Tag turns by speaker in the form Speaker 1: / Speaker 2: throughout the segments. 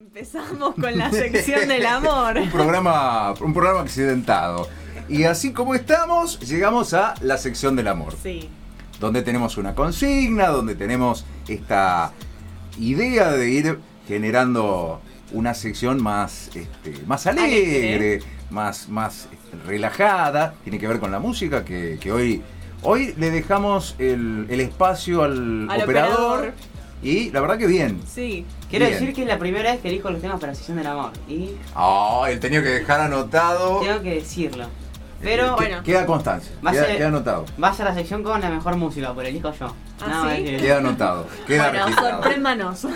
Speaker 1: Empezamos con la sección del amor.
Speaker 2: un, programa, un programa accidentado. Y así como estamos, llegamos a la sección del amor.
Speaker 1: Sí.
Speaker 2: Donde tenemos una consigna, donde tenemos esta idea de ir generando una sección más, este, más alegre,
Speaker 1: Alegre.
Speaker 2: más, más este, relajada. Tiene que ver con la música que, que hoy. Hoy le dejamos el, el espacio al,
Speaker 1: Al
Speaker 2: operador.
Speaker 1: operador.
Speaker 2: Y la verdad que bien.
Speaker 1: Sí.
Speaker 3: Quiero
Speaker 2: Bien.
Speaker 3: decir que es la primera vez que elijo los temas para Sesión del Amor. Y
Speaker 2: Ah, él tenía que dejar anotado.
Speaker 3: tengo que decirlo.
Speaker 2: Oh. Eh, que-
Speaker 3: Pero
Speaker 1: bueno.
Speaker 2: Queda constancia.
Speaker 3: Va a
Speaker 2: Queda,
Speaker 3: ser-
Speaker 2: queda anotado.
Speaker 3: vas a la sección con la mejor música, pero elijo yo.
Speaker 1: ¿Ah,
Speaker 3: Nada más
Speaker 1: sí?
Speaker 3: que-
Speaker 2: Queda anotado. Queda
Speaker 1: Bueno,
Speaker 2: registrado.
Speaker 1: sorpréndanos.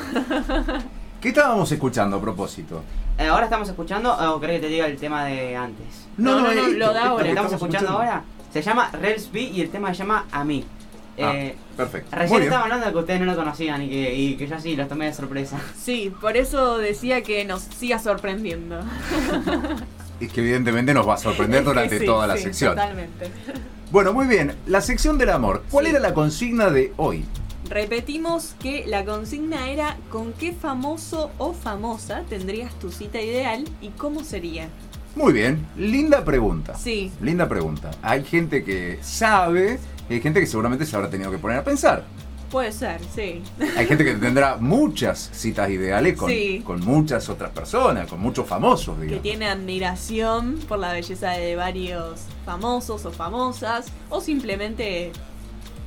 Speaker 2: ¿Qué estábamos escuchando a propósito?
Speaker 3: Eh, ahora estamos escuchando, o creo que te diga el tema de antes.
Speaker 1: No, no, no,
Speaker 2: eh, esto,
Speaker 1: lo da
Speaker 2: esto
Speaker 1: ahora.
Speaker 2: que
Speaker 3: Lo estamos escuchando ahora. Se llama Rels B y el tema se llama A mí. Eh,
Speaker 2: Ah, perfecto. Muy
Speaker 3: recién
Speaker 2: bien.
Speaker 3: estaba hablando de que ustedes no lo conocían y que, y que yo sí, los tomé de sorpresa.
Speaker 1: Sí, por eso decía que nos siga sorprendiendo.
Speaker 2: Es que evidentemente nos va a sorprender durante
Speaker 1: Sí,
Speaker 2: toda la
Speaker 1: sí,
Speaker 2: sección.
Speaker 1: Totalmente.
Speaker 2: Bueno, muy bien. La sección del amor. ¿Cuál
Speaker 1: Sí.
Speaker 2: era la consigna de hoy?
Speaker 1: Repetimos que la consigna era con qué famoso o famosa tendrías tu cita ideal y cómo sería.
Speaker 2: Muy bien. Linda pregunta.
Speaker 1: Sí,
Speaker 2: Linda pregunta. Hay gente que sabe y hay gente que seguramente se habrá tenido que poner a pensar.
Speaker 1: puede ser, sí.
Speaker 2: Hay gente que tendrá muchas citas ideales con,
Speaker 1: Sí.
Speaker 2: con muchas otras personas, con muchos famosos,
Speaker 1: Que
Speaker 2: digamos.
Speaker 1: tiene admiración por la belleza de varios famosos o famosas o simplemente...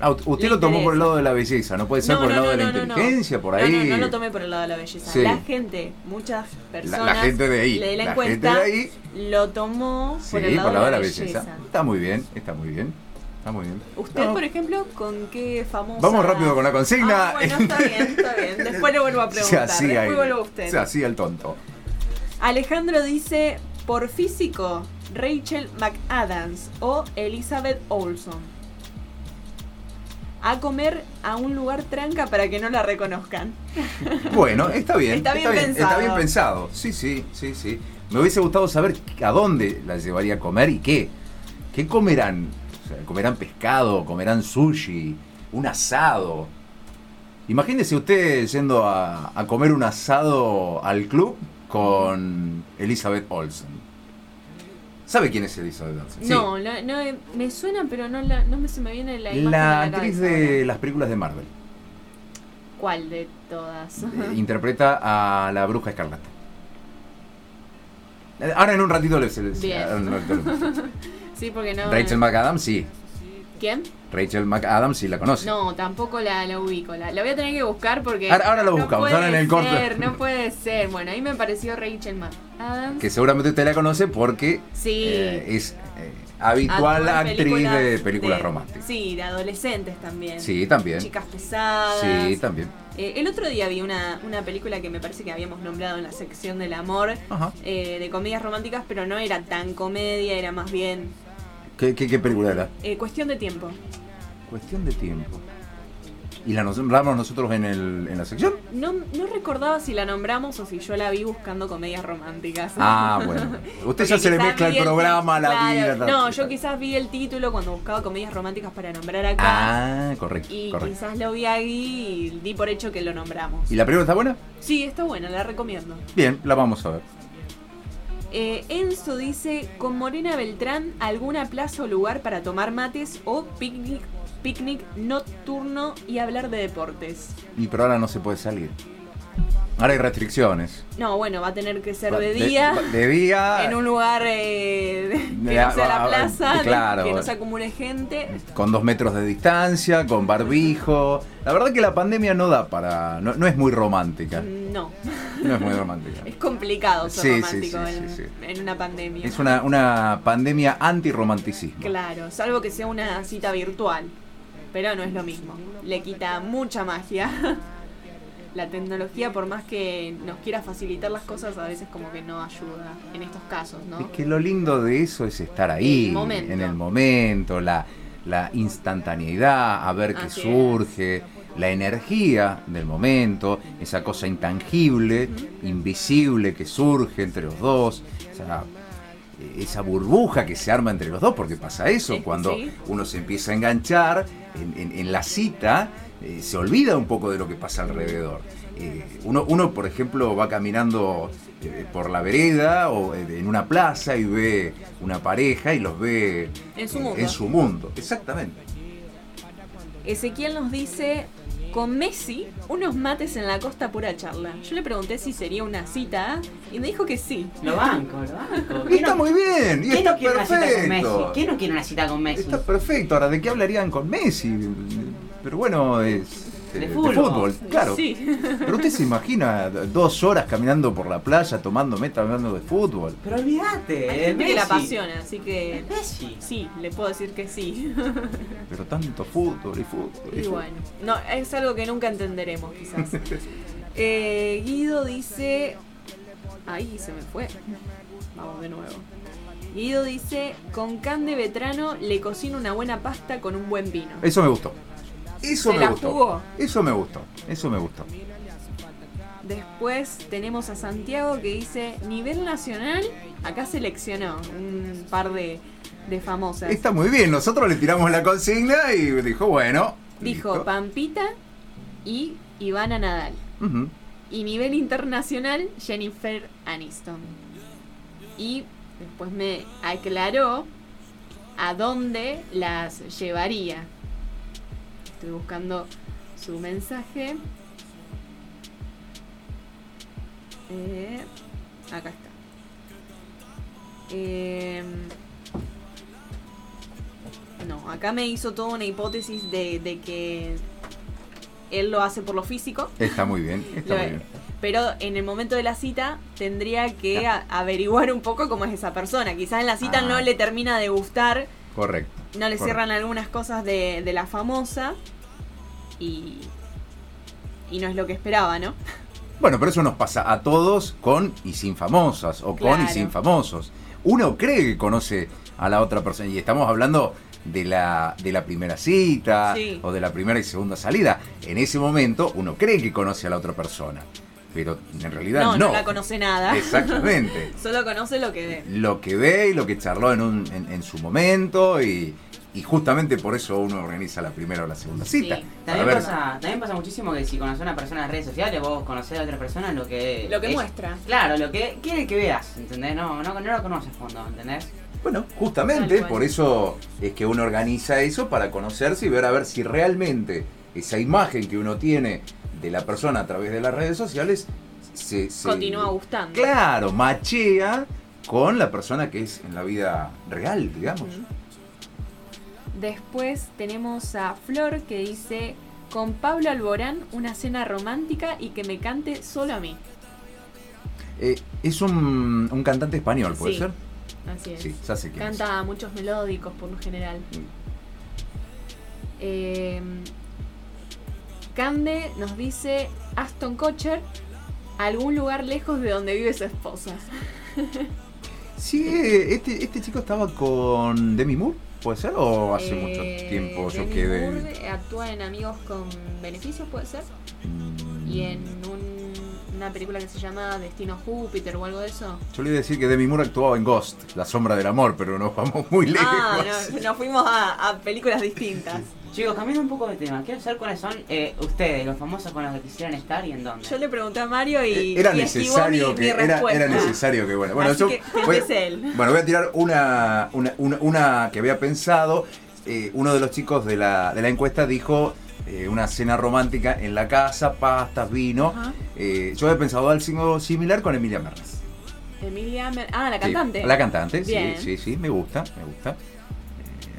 Speaker 2: Ah, usted
Speaker 1: le
Speaker 2: lo tomó
Speaker 1: interesa.
Speaker 2: por el lado de la belleza, no puede ser por el lado de la
Speaker 1: no.
Speaker 2: inteligencia, por
Speaker 1: No,
Speaker 2: ahí.
Speaker 1: No, no, lo tomé por el lado de la belleza.
Speaker 2: Sí.
Speaker 1: La gente, muchas
Speaker 2: La-
Speaker 1: personas
Speaker 2: la, gente de ahí.
Speaker 1: le- la
Speaker 2: la gente
Speaker 1: encuesta
Speaker 2: de ahí.
Speaker 1: lo tomó
Speaker 2: Sí,
Speaker 1: por el lado, de la, belleza.
Speaker 2: Está muy bien, está muy bien. Está muy bien.
Speaker 1: Usted,
Speaker 2: No,
Speaker 1: por ejemplo, ¿con qué famosa?
Speaker 2: Vamos rápido con la consigna.
Speaker 1: Ah, bueno, está bien, está bien. Después le vuelvo a
Speaker 2: se
Speaker 1: preguntar.
Speaker 2: hacía
Speaker 1: Después
Speaker 2: ahí.
Speaker 1: vuelvo a usted.
Speaker 2: Se hacía el tonto.
Speaker 1: Alejandro dice, por físico, Rachel McAdams o Elizabeth Olson. A comer a un lugar tranca para que no la reconozcan.
Speaker 2: Bueno, está bien.
Speaker 1: Está bien
Speaker 2: Está
Speaker 1: pensado.
Speaker 2: bien pensado. Sí, sí, sí, sí. Me hubiese gustado saber a dónde la llevaría a comer y qué. ¿Qué comerán? O sea, ¿Comerán pescado? ¿Comerán sushi? ¿Un asado? Imagínese usted yendo a, a comer un asado al club con Elizabeth Olsen. ¿Sabe quién es Elizabeth Olsen? Sí.
Speaker 1: No, la- no, eh, me suena, pero no, la- no me, se me viene la
Speaker 2: La,
Speaker 1: imagen. a la
Speaker 2: actriz
Speaker 1: cabeza
Speaker 2: de
Speaker 1: ahora.
Speaker 2: las películas de Marvel.
Speaker 1: ¿Cuál de todas?
Speaker 2: Eh, interpreta a la bruja escarlata. Eh, Ahora en un ratito les, les- ah,
Speaker 1: Bien.
Speaker 2: ahora en un ratito les-
Speaker 1: Sí, porque no.
Speaker 2: Rachel McAdams sí.
Speaker 1: ¿Quién?
Speaker 2: Rachel McAdams sí la conoce.
Speaker 1: No, tampoco la, la ubico. La, la voy a tener que buscar porque.
Speaker 2: Ahora- ahora lo
Speaker 1: no
Speaker 2: buscamos,
Speaker 1: puede
Speaker 2: ahora en el corte.
Speaker 1: ser, No puede ser. Bueno, ahí me pareció Rachel McAdams.
Speaker 2: Que seguramente usted la conoce porque
Speaker 1: Sí.
Speaker 2: eh, es eh, habitual
Speaker 1: Actúa en
Speaker 2: actriz de películas
Speaker 1: de-
Speaker 2: románticas.
Speaker 1: Sí, de adolescentes también.
Speaker 2: Sí, también.
Speaker 1: Chicas pesadas.
Speaker 2: Sí, también.
Speaker 1: Eh, el otro día vi una, una película que me parece que habíamos nombrado en la sección del amor,
Speaker 2: Ajá.
Speaker 1: eh, de comedias románticas, pero no era tan comedia, era más bien
Speaker 2: ¿Qué, qué, qué película era?
Speaker 1: eh, cuestión de tiempo.
Speaker 2: Cuestión de tiempo. ¿Y la nombramos nosotros en, el, en la sección?
Speaker 1: No, no recordaba si la nombramos o si yo la vi buscando comedias románticas.
Speaker 2: Ah, bueno. Usted ya
Speaker 1: Porque
Speaker 2: se le
Speaker 1: quizás
Speaker 2: mezcla
Speaker 1: vi
Speaker 2: el programa, la
Speaker 1: claro,
Speaker 2: vida. tal,
Speaker 1: No,
Speaker 2: tal,
Speaker 1: yo
Speaker 2: tal.
Speaker 1: quizás vi el título cuando buscaba comedias románticas para nombrar acá.
Speaker 2: Ah, correcto,
Speaker 1: y
Speaker 2: correcto.
Speaker 1: quizás lo vi ahí y di por hecho que lo nombramos.
Speaker 2: ¿Y la película está buena?
Speaker 1: Sí, está buena, la recomiendo.
Speaker 2: Bien, la vamos a ver.
Speaker 1: Eh, Enzo dice, con Morena Beltrán, alguna plaza o lugar para tomar mates o picnic, picnic nocturno y hablar de deportes.
Speaker 2: Y pero ahora no se puede salir. Ahora hay restricciones.
Speaker 1: No, bueno, va a tener que ser
Speaker 2: Va-
Speaker 1: de día.
Speaker 2: De día.
Speaker 1: en un lugar eh, que
Speaker 2: Ya,
Speaker 1: no sea
Speaker 2: va,
Speaker 1: la
Speaker 2: va,
Speaker 1: plaza,
Speaker 2: claro.
Speaker 1: que no se acumule gente.
Speaker 2: Con dos metros de distancia, con barbijo. La verdad que la pandemia no da para. No, no es muy romántica.
Speaker 1: Mm, No,
Speaker 2: No es muy romántica.
Speaker 1: es complicado ser
Speaker 2: Sí, sí,
Speaker 1: romántico
Speaker 2: sí,
Speaker 1: en,
Speaker 2: sí, sí.
Speaker 1: en una pandemia.
Speaker 2: Es una, una pandemia antirromanticismo.
Speaker 1: Claro, salvo que sea una cita virtual, pero no es lo mismo. Le quita mucha magia. La tecnología, por más que nos quiera facilitar las cosas, a veces como que no ayuda en estos casos,
Speaker 2: Es
Speaker 1: ¿no?
Speaker 2: que lo lindo de eso es estar ahí,
Speaker 1: El momento.
Speaker 2: en el momento, la, la instantaneidad, a ver qué
Speaker 1: Así es.
Speaker 2: surge, la energía del momento, esa cosa intangible, invisible que surge entre los dos. O sea, eh, esa burbuja que se arma entre los dos, porque pasa eso,
Speaker 1: Sí,
Speaker 2: cuando
Speaker 1: sí.
Speaker 2: uno se empieza a enganchar en, en- en la cita, eh, se olvida un poco de lo que pasa alrededor. Eh, uno, uno, por ejemplo, va caminando eh, por la vereda o eh, en una plaza y ve una pareja y los ve
Speaker 1: En su
Speaker 2: eh,
Speaker 1: mundo.
Speaker 2: en su mundo. Exactamente.
Speaker 1: Ezequiel nos dice, con Messi, unos mates en la costa pura charla. Yo le pregunté si sería una cita y me dijo que sí.
Speaker 3: Lo banco, lo banco.
Speaker 2: Y
Speaker 3: ¿Quién
Speaker 2: está
Speaker 3: no,
Speaker 2: muy bien, y
Speaker 3: quién no
Speaker 2: está
Speaker 3: quiere una cita con Messi?
Speaker 2: perfecto.
Speaker 3: ¿Quién no quiere una cita con Messi?
Speaker 2: Está perfecto. Ahora, ¿de qué hablarían con Messi? Pero bueno, es eh,
Speaker 3: De fútbol.
Speaker 2: claro.
Speaker 1: Sí.
Speaker 2: Pero usted se imagina dos horas caminando por la playa, tomando meta, hablando de fútbol.
Speaker 3: Pero olvídate,
Speaker 1: Hay
Speaker 3: es
Speaker 1: gente que la
Speaker 3: Eh, Messi.
Speaker 1: apasiona, así que
Speaker 3: Es Messi.
Speaker 1: sí, le puedo decir que sí.
Speaker 2: Pero tanto fútbol y fútbol.
Speaker 1: Y bueno, no, es algo que nunca entenderemos quizás. Eh, Guido dice... Ahí se me fue. Vamos de nuevo. Guido dice, con can de vetrano le cocino una buena pasta con un buen vino.
Speaker 2: Eso me gustó. Eso
Speaker 1: Se
Speaker 2: me
Speaker 1: la
Speaker 2: gustó.
Speaker 1: jugó.
Speaker 2: Eso me gustó. Eso me gustó.
Speaker 1: Después tenemos a Santiago que dice, nivel nacional, acá seleccionó un par de, de famosas.
Speaker 2: Está muy bien. Nosotros le tiramos la consigna y dijo, bueno.
Speaker 1: Dijo
Speaker 2: listo.
Speaker 1: Pampita y Ivana Nadal.
Speaker 2: Ujú.
Speaker 1: Y nivel internacional, Jennifer Aniston. Y después me aclaró a dónde las llevaría. Estoy buscando su mensaje. Eh, acá está. Eh, no, acá me hizo toda una hipótesis de, de que él lo hace por lo físico.
Speaker 2: Está muy bien. Está
Speaker 1: Lo-
Speaker 2: muy bien.
Speaker 1: Pero en el momento de la cita tendría que a- averiguar un poco cómo es esa persona. Quizás en la cita
Speaker 2: Ah.
Speaker 1: no le termina de gustar,
Speaker 2: Correcto.
Speaker 1: no le
Speaker 2: Correcto.
Speaker 1: cierran algunas cosas de, de la famosa y, y no es lo que esperaba, ¿no?
Speaker 2: Bueno, pero eso nos pasa a todos con y sin famosas o con y
Speaker 1: Claro.
Speaker 2: sin famosos. Uno cree que conoce a la otra persona y estamos hablando de la, de la primera cita
Speaker 1: Sí.
Speaker 2: o de la primera y segunda salida. En ese momento uno cree que conoce a la otra persona, pero en realidad
Speaker 1: No,
Speaker 2: no.
Speaker 1: no, la conoce nada.
Speaker 2: Exactamente.
Speaker 1: Solo conoce lo que ve.
Speaker 2: Lo que ve y lo que charló en, un- en- en su momento y, y justamente por eso uno organiza la primera o la segunda cita.
Speaker 1: Sí.
Speaker 2: Para
Speaker 3: También
Speaker 2: ver,
Speaker 3: pasa, también pasa muchísimo que si conoces a una persona en las redes sociales, vos conocés a otra persona lo que.
Speaker 1: Lo que
Speaker 3: es-
Speaker 1: muestra.
Speaker 3: Claro, lo que quiere que veas, ¿entendés? No, no, no lo conoces a fondo, ¿entendés?
Speaker 2: Bueno, justamente
Speaker 1: Tal cual.
Speaker 2: por eso es que uno organiza eso para conocerse y ver a ver si realmente esa imagen que uno tiene de la persona a través de las redes sociales se, se-
Speaker 1: Continúa gustando.
Speaker 2: Claro, machea con la persona que es en la vida real, digamos.
Speaker 1: Después tenemos a Flor que dice, con Pablo Alborán una cena romántica y que me cante solo a mí.
Speaker 2: Eh, es un, un cantante español, ¿puede
Speaker 1: Sí,
Speaker 2: ser?
Speaker 1: Así es.
Speaker 2: Sí, ya sé quién es.
Speaker 1: Canta muchos melódicos por lo general.
Speaker 2: Mm.
Speaker 1: Eh, Cande nos dice Aston Kutcher, algún lugar lejos de donde vive su esposa.
Speaker 2: Sí, eh, este, este chico estaba con Demi Moore, ¿puede ser? ¿O hace mucho
Speaker 1: Eh,
Speaker 2: tiempo yo
Speaker 1: Demi
Speaker 2: quedé...?
Speaker 1: Moore actúa en Amigos con Beneficios, puede ser.
Speaker 2: Mm,
Speaker 1: Y en un- una película que se llama Destino Júpiter o algo de eso.
Speaker 2: Yo le iba a decir que Demi Moore actuaba en Ghost, La Sombra del Amor, pero nos vamos muy lejos.
Speaker 1: Ah, no, nos fuimos a, a películas distintas.
Speaker 3: Chicos, cambiando un poco de tema, quiero saber cuáles son eh, ustedes, los famosos con los que quisieran estar y en dónde.
Speaker 1: Yo le pregunté a Mario y.
Speaker 2: Era
Speaker 1: y esquivó
Speaker 2: necesario
Speaker 1: mi-
Speaker 2: que.
Speaker 1: mi
Speaker 2: Era, era
Speaker 1: respuesta.
Speaker 2: necesario que, bueno. Bueno,
Speaker 1: Así
Speaker 2: yo
Speaker 1: que
Speaker 2: voy,
Speaker 1: empiece él.
Speaker 2: bueno, voy a tirar una, una, una- una que había pensado. Eh, uno de los chicos de la, de la encuesta dijo eh, una cena romántica en la casa, pastas, vino.
Speaker 1: Ajá.
Speaker 2: Eh, yo había pensado algo similar con Emilia Mernes.
Speaker 1: Emilia. Mer- Ah, la
Speaker 2: Sí,
Speaker 1: cantante.
Speaker 2: la cantante, sí,
Speaker 1: Bien.
Speaker 2: sí, sí, me gusta, me gusta. Eh,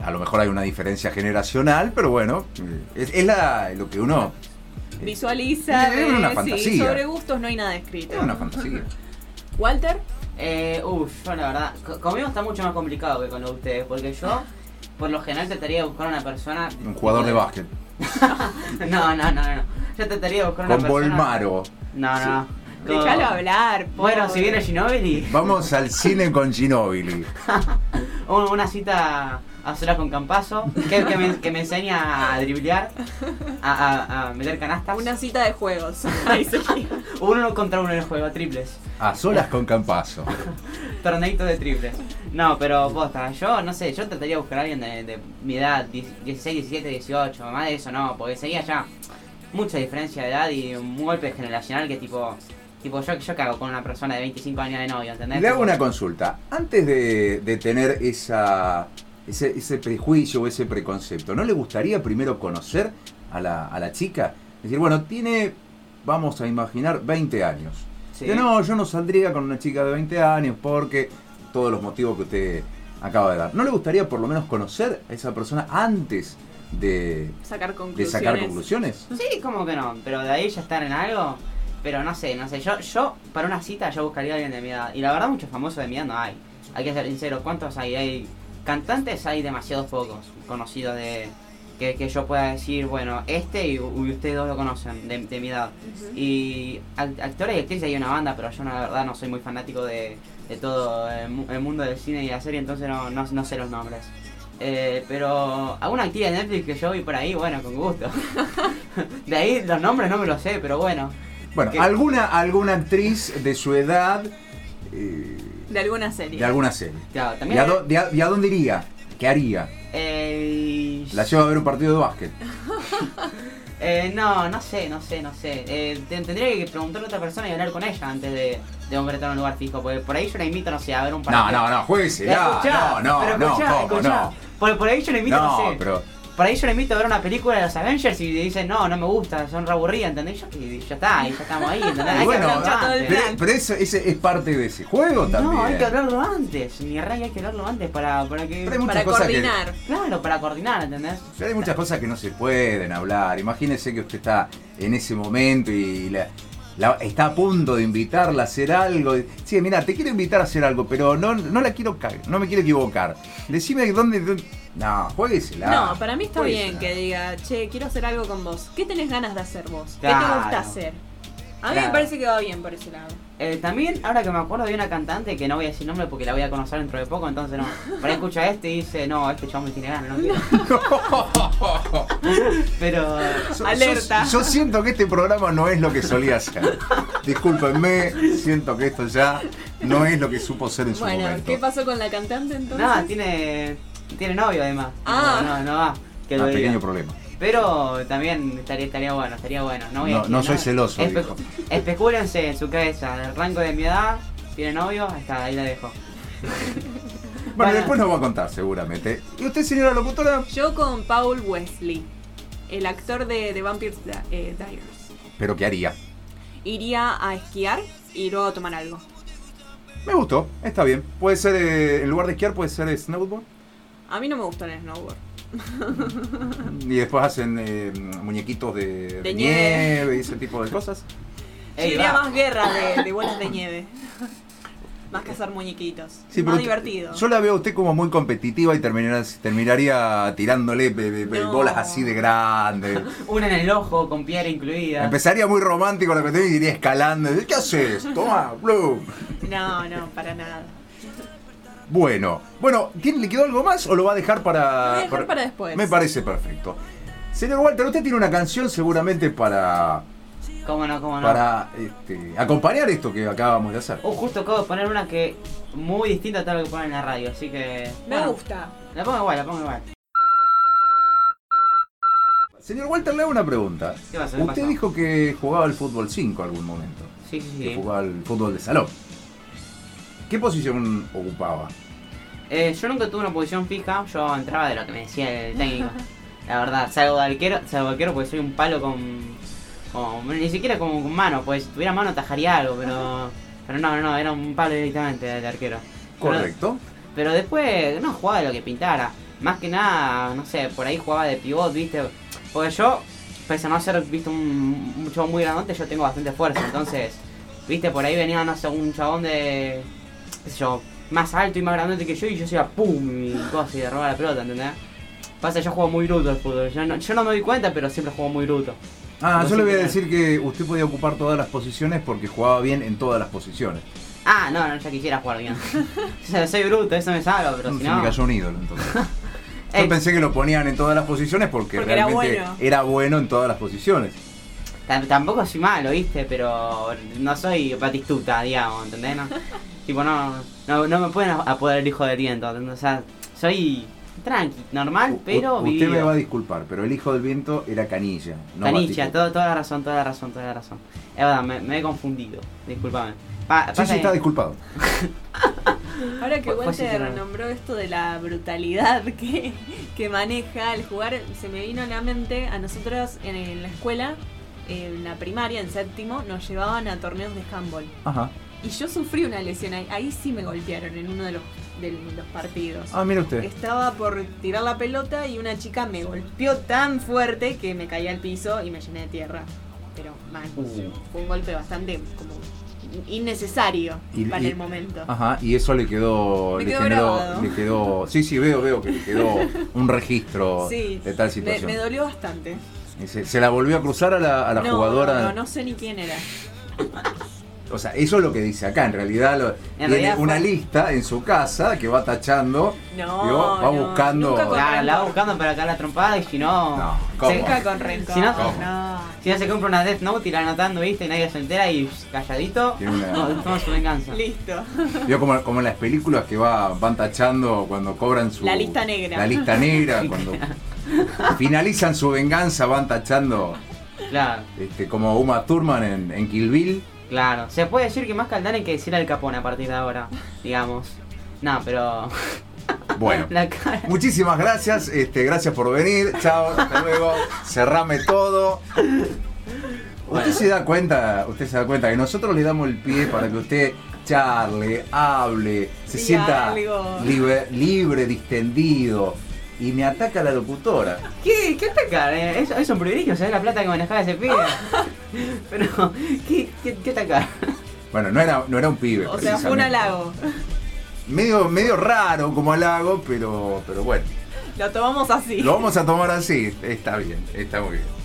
Speaker 2: a lo mejor hay una diferencia generacional, pero bueno, eh, es, es la, lo que uno... eh,
Speaker 1: Visualiza.
Speaker 2: Es una
Speaker 1: ve, sí,
Speaker 2: fantasía.
Speaker 1: sobre gustos no hay nada escrito.
Speaker 2: Es una fantasía.
Speaker 1: Walter,
Speaker 3: Eh, uff, yo la verdad, co- conmigo está mucho más complicado que con lo de ustedes, porque yo, por lo general, trataría de buscar una persona.
Speaker 2: Un jugador de básquet.
Speaker 3: No, no, no, no. Yo trataría de buscar una
Speaker 2: Con
Speaker 3: persona.
Speaker 2: Volmaro.
Speaker 3: No, no. Con-
Speaker 1: déjalo hablar.
Speaker 3: Bueno,
Speaker 1: pobre.
Speaker 3: si viene Ginobili,
Speaker 2: Vamos al cine con Ginobili.
Speaker 3: un- una cita a solas con Campazo, que, que me, que me enseña a driblear, a, a- a meter canastas.
Speaker 1: Una cita de juegos. Ahí se queda.
Speaker 3: Uno contra uno en el juego, a triples.
Speaker 2: A solas con Campazo.
Speaker 3: Torneito de triples. No, pero posta, yo no sé, yo trataría de buscar a alguien de, de mi edad, 10 16, 17, 18, más de eso no, porque sería ya mucha diferencia de edad y un golpe generacional que tipo, tipo yo, yo cago con una persona de 25 años de novio, ¿entendés?
Speaker 2: Le hago
Speaker 3: Tipo,
Speaker 2: una consulta. Antes de, de tener esa, ese, ese prejuicio o ese preconcepto, ¿no le gustaría primero conocer a la, a la chica? Es decir, bueno, tiene, vamos a imaginar, 20 años.
Speaker 3: sí.
Speaker 2: Yo no, yo no saldría con una chica de 20 años porque todos los motivos que usted acaba de dar. ¿No le gustaría por lo menos conocer a esa persona antes de,
Speaker 1: Sacar
Speaker 2: de
Speaker 1: conclusiones.
Speaker 2: sacar conclusiones?
Speaker 3: Sí, como que no, pero de ahí ya estar en algo, pero no sé, no sé, yo, yo para una cita yo buscaría a alguien de mi edad, y la verdad muchos famosos de mi edad no hay, hay que ser sincero, ¿cuántos hay? Hay cantantes, hay demasiados pocos conocidos de que, que yo pueda decir, bueno, este y, u- y ustedes dos lo conocen, de, de mi edad.
Speaker 1: Ujú.
Speaker 3: Y act- actores y actrices hay una banda, pero yo no, la verdad no soy muy fanático de, de todo el, mu- el mundo del cine y la serie, entonces no, no, no sé los nombres. Eh, pero alguna actividad de Netflix que yo vi por ahí, bueno, con gusto. de ahí los nombres no me los sé, pero bueno.
Speaker 2: Bueno,
Speaker 3: ¿Qué?
Speaker 2: alguna, alguna actriz de su edad eh,
Speaker 1: De alguna serie.
Speaker 2: de alguna serie.
Speaker 3: Claro,
Speaker 2: ¿Y
Speaker 3: también...
Speaker 2: a, dó- de a- y a dónde iría? ¿Qué haría?
Speaker 3: eh,
Speaker 2: La lleva a ver un partido de básquet.
Speaker 3: eh, no, no sé, no sé, no sé. Eh, te- tendría que preguntarle a otra persona y hablar con ella antes de, de concretar un lugar fijo, porque por ahí yo la invito, no sé, a ver un
Speaker 2: No,
Speaker 3: partido.
Speaker 2: no, no, jueguese.
Speaker 3: La
Speaker 2: ya,
Speaker 3: escuchá,
Speaker 2: no, no,
Speaker 3: pero
Speaker 2: no,
Speaker 3: escuchá,
Speaker 2: ¿cómo
Speaker 3: escuchá.
Speaker 2: no?
Speaker 3: Por, por ahí yo le invito, no,
Speaker 2: No,
Speaker 3: sé.
Speaker 2: pero
Speaker 3: Por ahí yo le invito a ver una película de los Avengers y le dicen, no, no me gusta, son re aburridas, ¿entendés? Yo que ya está, y ya estamos ahí, ¿entendés? Hay
Speaker 2: bueno,
Speaker 3: que hablarlo
Speaker 1: ya todo el
Speaker 3: antes.
Speaker 2: Pero, pero eso, ese es parte de ese juego también.
Speaker 3: No, hay que hablarlo antes, ni rey hay que hablarlo antes para, para que.
Speaker 2: Pero hay muchas
Speaker 1: Para
Speaker 2: cosas que-
Speaker 1: coordinar.
Speaker 3: Claro, para coordinar, ¿entendés?
Speaker 2: Pero hay muchas cosas que no se pueden hablar. Imagínese que usted está en ese momento y la- la- está a punto de invitarla a hacer algo. Sí, mira, te quiero invitar a hacer algo, pero no, no la quiero cagar, no me quiero equivocar. Decime dónde. dónde- No, jueguesela.
Speaker 1: No, para mí está bien
Speaker 2: Jueguesela.
Speaker 1: que diga, che, quiero hacer algo con vos. ¿Qué tenés ganas de hacer vos? ¿Qué te
Speaker 3: Claro.
Speaker 1: gusta hacer? A mí
Speaker 3: Claro.
Speaker 1: me parece que va bien por ese lado.
Speaker 3: Eh, también, ahora que me acuerdo, había una cantante que no voy a decir nombre porque la voy a conocer dentro de poco, entonces no. Por ahí escucha a este y dice, no, este chabón me tiene ganas, no quiero. Pero.
Speaker 2: Yo-
Speaker 1: Alerta.
Speaker 2: Yo, yo siento que este programa no es lo que solía ser. Discúlpenme, siento que esto ya no es lo que supo ser en su
Speaker 1: Bueno,
Speaker 2: momento.
Speaker 1: ¿qué pasó con la cantante entonces?
Speaker 3: Nada, tiene. Tiene novio además.
Speaker 1: Ah.
Speaker 3: No, no, no va. Que lo
Speaker 2: Ah,
Speaker 3: diga.
Speaker 2: pequeño problema.
Speaker 3: Pero también estaría, estaría bueno, estaría bueno. No, voy a
Speaker 2: No,
Speaker 3: decir
Speaker 2: no
Speaker 3: nada.
Speaker 2: soy celoso,
Speaker 3: Espe-
Speaker 2: dijo.
Speaker 3: Especúlense en su cabeza, el rango de mi edad, tiene novio, ahí está, ahí la dejo.
Speaker 2: Bueno,
Speaker 3: Bueno.
Speaker 2: después nos va a contar seguramente. ¿Y usted, señora locutora?
Speaker 1: Yo con Paul Wesley, el actor de The Vampire Di- eh, Diaries.
Speaker 2: ¿Pero qué haría?
Speaker 1: Iría a esquiar y luego a tomar algo.
Speaker 2: Me gustó, está bien. Puede ser, eh, en lugar de esquiar, puede ser snowboard.
Speaker 1: A mí no me gusta el snowboard.
Speaker 2: Y después hacen eh, muñequitos de,
Speaker 1: nieve.
Speaker 2: de nieve y ese tipo de cosas.
Speaker 1: Yo
Speaker 3: Ey,
Speaker 1: iría
Speaker 3: va.
Speaker 1: más guerra de, de bolas de nieve. más cazar muñequitos.
Speaker 2: Sí,
Speaker 1: más
Speaker 2: pero
Speaker 1: divertido.
Speaker 2: Yo la veo a usted como muy competitiva y terminará- terminaría tirándole be- be- be-
Speaker 1: No.
Speaker 2: bolas así de grandes.
Speaker 3: Una en el ojo, con piedra incluida.
Speaker 2: Empezaría muy romántico la cuestión y iría escalando. ¿Qué haces? Toma, blum.
Speaker 1: No, no, para nada.
Speaker 2: Bueno, bueno, ¿tiene, ¿le quedó algo más o lo va a dejar
Speaker 1: Lo
Speaker 2: para,
Speaker 1: voy a dejar para después.
Speaker 2: Me parece perfecto. Señor Walter, usted tiene una canción seguramente para,
Speaker 3: Ah. ¿Cómo no, cómo no?
Speaker 2: para este, acompañar esto que acabamos de hacer.
Speaker 3: Oh, justo acabo de poner una que muy distinta a todo lo que ponen en la radio, así que.
Speaker 1: Me
Speaker 3: bueno,
Speaker 1: gusta.
Speaker 3: La pongo igual, la pongo igual.
Speaker 2: Señor Walter, le hago una pregunta.
Speaker 3: ¿Qué pasó? ¿Qué
Speaker 2: Usted
Speaker 3: pasó?
Speaker 2: dijo que jugaba al fútbol 5 algún momento,
Speaker 3: Sí, sí,
Speaker 2: que
Speaker 3: sí.
Speaker 2: jugaba al fútbol de salón. ¿Qué posición ocupaba?
Speaker 3: Eh, yo nunca tuve una posición fija, yo entraba de lo que me decía el técnico. La verdad, salgo de arquero, salgo de arquero porque soy un palo con. con- bueno, ni siquiera como con mano, pues si tuviera mano tajaría algo, pero. Pero no, no, era un palo directamente de arquero. Pero-
Speaker 2: ¿Correcto?
Speaker 3: Pero después, no, jugaba de lo que pintara. Más que nada, no sé, por ahí jugaba de pivot, viste. Porque yo, pese a no ser, viste, un, un chabón muy grandote, yo tengo bastante fuerza. Entonces, viste, por ahí venía, no sé, un chabón de. qué sé yo, más alto y más grandote que yo, y yo hacía pum y cosas y derraba la pelota, ¿entendés? Pasa, que yo juego muy bruto al fútbol. Yo no, yo no me doy cuenta, pero siempre juego muy bruto.
Speaker 2: Ah,
Speaker 3: No
Speaker 2: yo le
Speaker 3: sé
Speaker 2: voy a
Speaker 3: qué.
Speaker 2: decir que usted podía ocupar todas las posiciones porque jugaba bien en todas las posiciones.
Speaker 3: Ah, no, no, ya quisiera jugar bien. o sea, soy bruto, eso me salva, pero
Speaker 2: Mm,
Speaker 3: si
Speaker 2: Se me
Speaker 3: no.
Speaker 2: cayó un ídolo entonces. Yo
Speaker 3: Eh,
Speaker 2: pensé que lo ponían en todas las posiciones porque,
Speaker 1: Porque era
Speaker 2: realmente
Speaker 1: bueno.
Speaker 2: era bueno en todas las posiciones.
Speaker 3: Tam- Tampoco soy malo, ¿viste? Pero no soy batistuta, digamos, ¿entendés? No, tipo, no, no, no me pueden a- apoderar el hijo de viento, ¿entendés? O sea, soy tranqui, normal,
Speaker 2: U-
Speaker 3: pero
Speaker 2: u- usted me
Speaker 3: vivido.
Speaker 2: va a disculpar, pero el hijo del viento era canilla. No
Speaker 3: Caniche,
Speaker 2: Batistuta.
Speaker 3: todo- toda la razón, toda la razón, toda la razón. Es verdad, me, me he confundido, disculpame. Pa-
Speaker 2: Sí,
Speaker 3: pasa
Speaker 2: sí,
Speaker 3: que-
Speaker 2: está disculpado.
Speaker 1: Ahora que
Speaker 3: Fue- fue así,
Speaker 1: Walter
Speaker 3: claro.
Speaker 1: nombró esto de la brutalidad que, que maneja al jugar, se me vino a la mente, a nosotros en, la escuela, en la primaria, en séptimo, nos llevaban a torneos de handball.
Speaker 2: Ajá.
Speaker 1: Y yo sufrí una lesión, ahí, ahí sí me golpearon en uno de los, de los partidos.
Speaker 2: Ah, mire usted.
Speaker 1: Estaba por tirar la pelota y una chica me golpeó tan fuerte que me caí al piso y me llené de tierra. Pero mal.
Speaker 3: Uh.
Speaker 1: Fue un golpe bastante como innecesario
Speaker 2: Y-
Speaker 1: para
Speaker 2: y- Ah,
Speaker 1: el momento.
Speaker 2: Ajá, y eso le quedó.
Speaker 1: Me
Speaker 2: le
Speaker 1: quedó
Speaker 2: generó.
Speaker 1: grabado.
Speaker 2: Le quedó. Sí, sí, veo, veo que le quedó un registro
Speaker 1: Sí,
Speaker 2: de tal
Speaker 1: me,
Speaker 2: situación.
Speaker 1: me dolió bastante.
Speaker 2: Y se, se la volvió a cruzar a la, a la
Speaker 1: no,
Speaker 2: jugadora.
Speaker 1: No, no, no sé ni quién era.
Speaker 2: O sea, eso es lo que dice acá. En realidad, lo- tiene
Speaker 3: realidad fue-
Speaker 2: una lista en su casa que va tachando.
Speaker 1: No,
Speaker 2: digo, va
Speaker 1: no,
Speaker 2: buscando.
Speaker 1: nunca con-
Speaker 3: La, la va buscando para acá la trompada y si no.
Speaker 2: No, ¿cómo?
Speaker 3: se-
Speaker 1: Nunca con rencor.
Speaker 3: Si no-
Speaker 1: no.
Speaker 3: Si no se compra una Death Note y la anotando, ¿viste? Y nadie se entera y shh, calladito.
Speaker 2: Tiene una-
Speaker 3: No, toma su venganza.
Speaker 1: Listo.
Speaker 2: Vio como, como en las películas que va, van tachando cuando cobran su.
Speaker 1: La lista negra.
Speaker 2: La lista negra, cuando finalizan su venganza, van tachando
Speaker 3: Claro,
Speaker 2: este, como Uma Thurman en, en Kill Bill.
Speaker 3: claro. Se puede decir que más Caldán hay que decir al Capón a partir de ahora, digamos. No, pero.
Speaker 2: Bueno.
Speaker 3: La cara.
Speaker 2: Muchísimas gracias, este, gracias por venir, chao, hasta luego, cerrame todo. Usted se da cuenta, usted se da cuenta que nosotros le damos el pie para que usted charle, hable, se
Speaker 1: Diga
Speaker 2: sienta
Speaker 1: algo.
Speaker 2: libre, libre, distendido. Y me ataca la locutora.
Speaker 3: ¿Qué, qué atacar? eh? Es, es un privilegio saber la plata que manejaba ese pibe. Pero, ¿qué, qué, qué atacar?
Speaker 2: Bueno, no era, no era un pibe.
Speaker 1: O sea, fue un
Speaker 2: precisamente.
Speaker 1: halago.
Speaker 2: Medio, medio raro como halago, pero, pero bueno.
Speaker 1: Lo tomamos así.
Speaker 2: Lo vamos a tomar así. Está bien, está muy bien.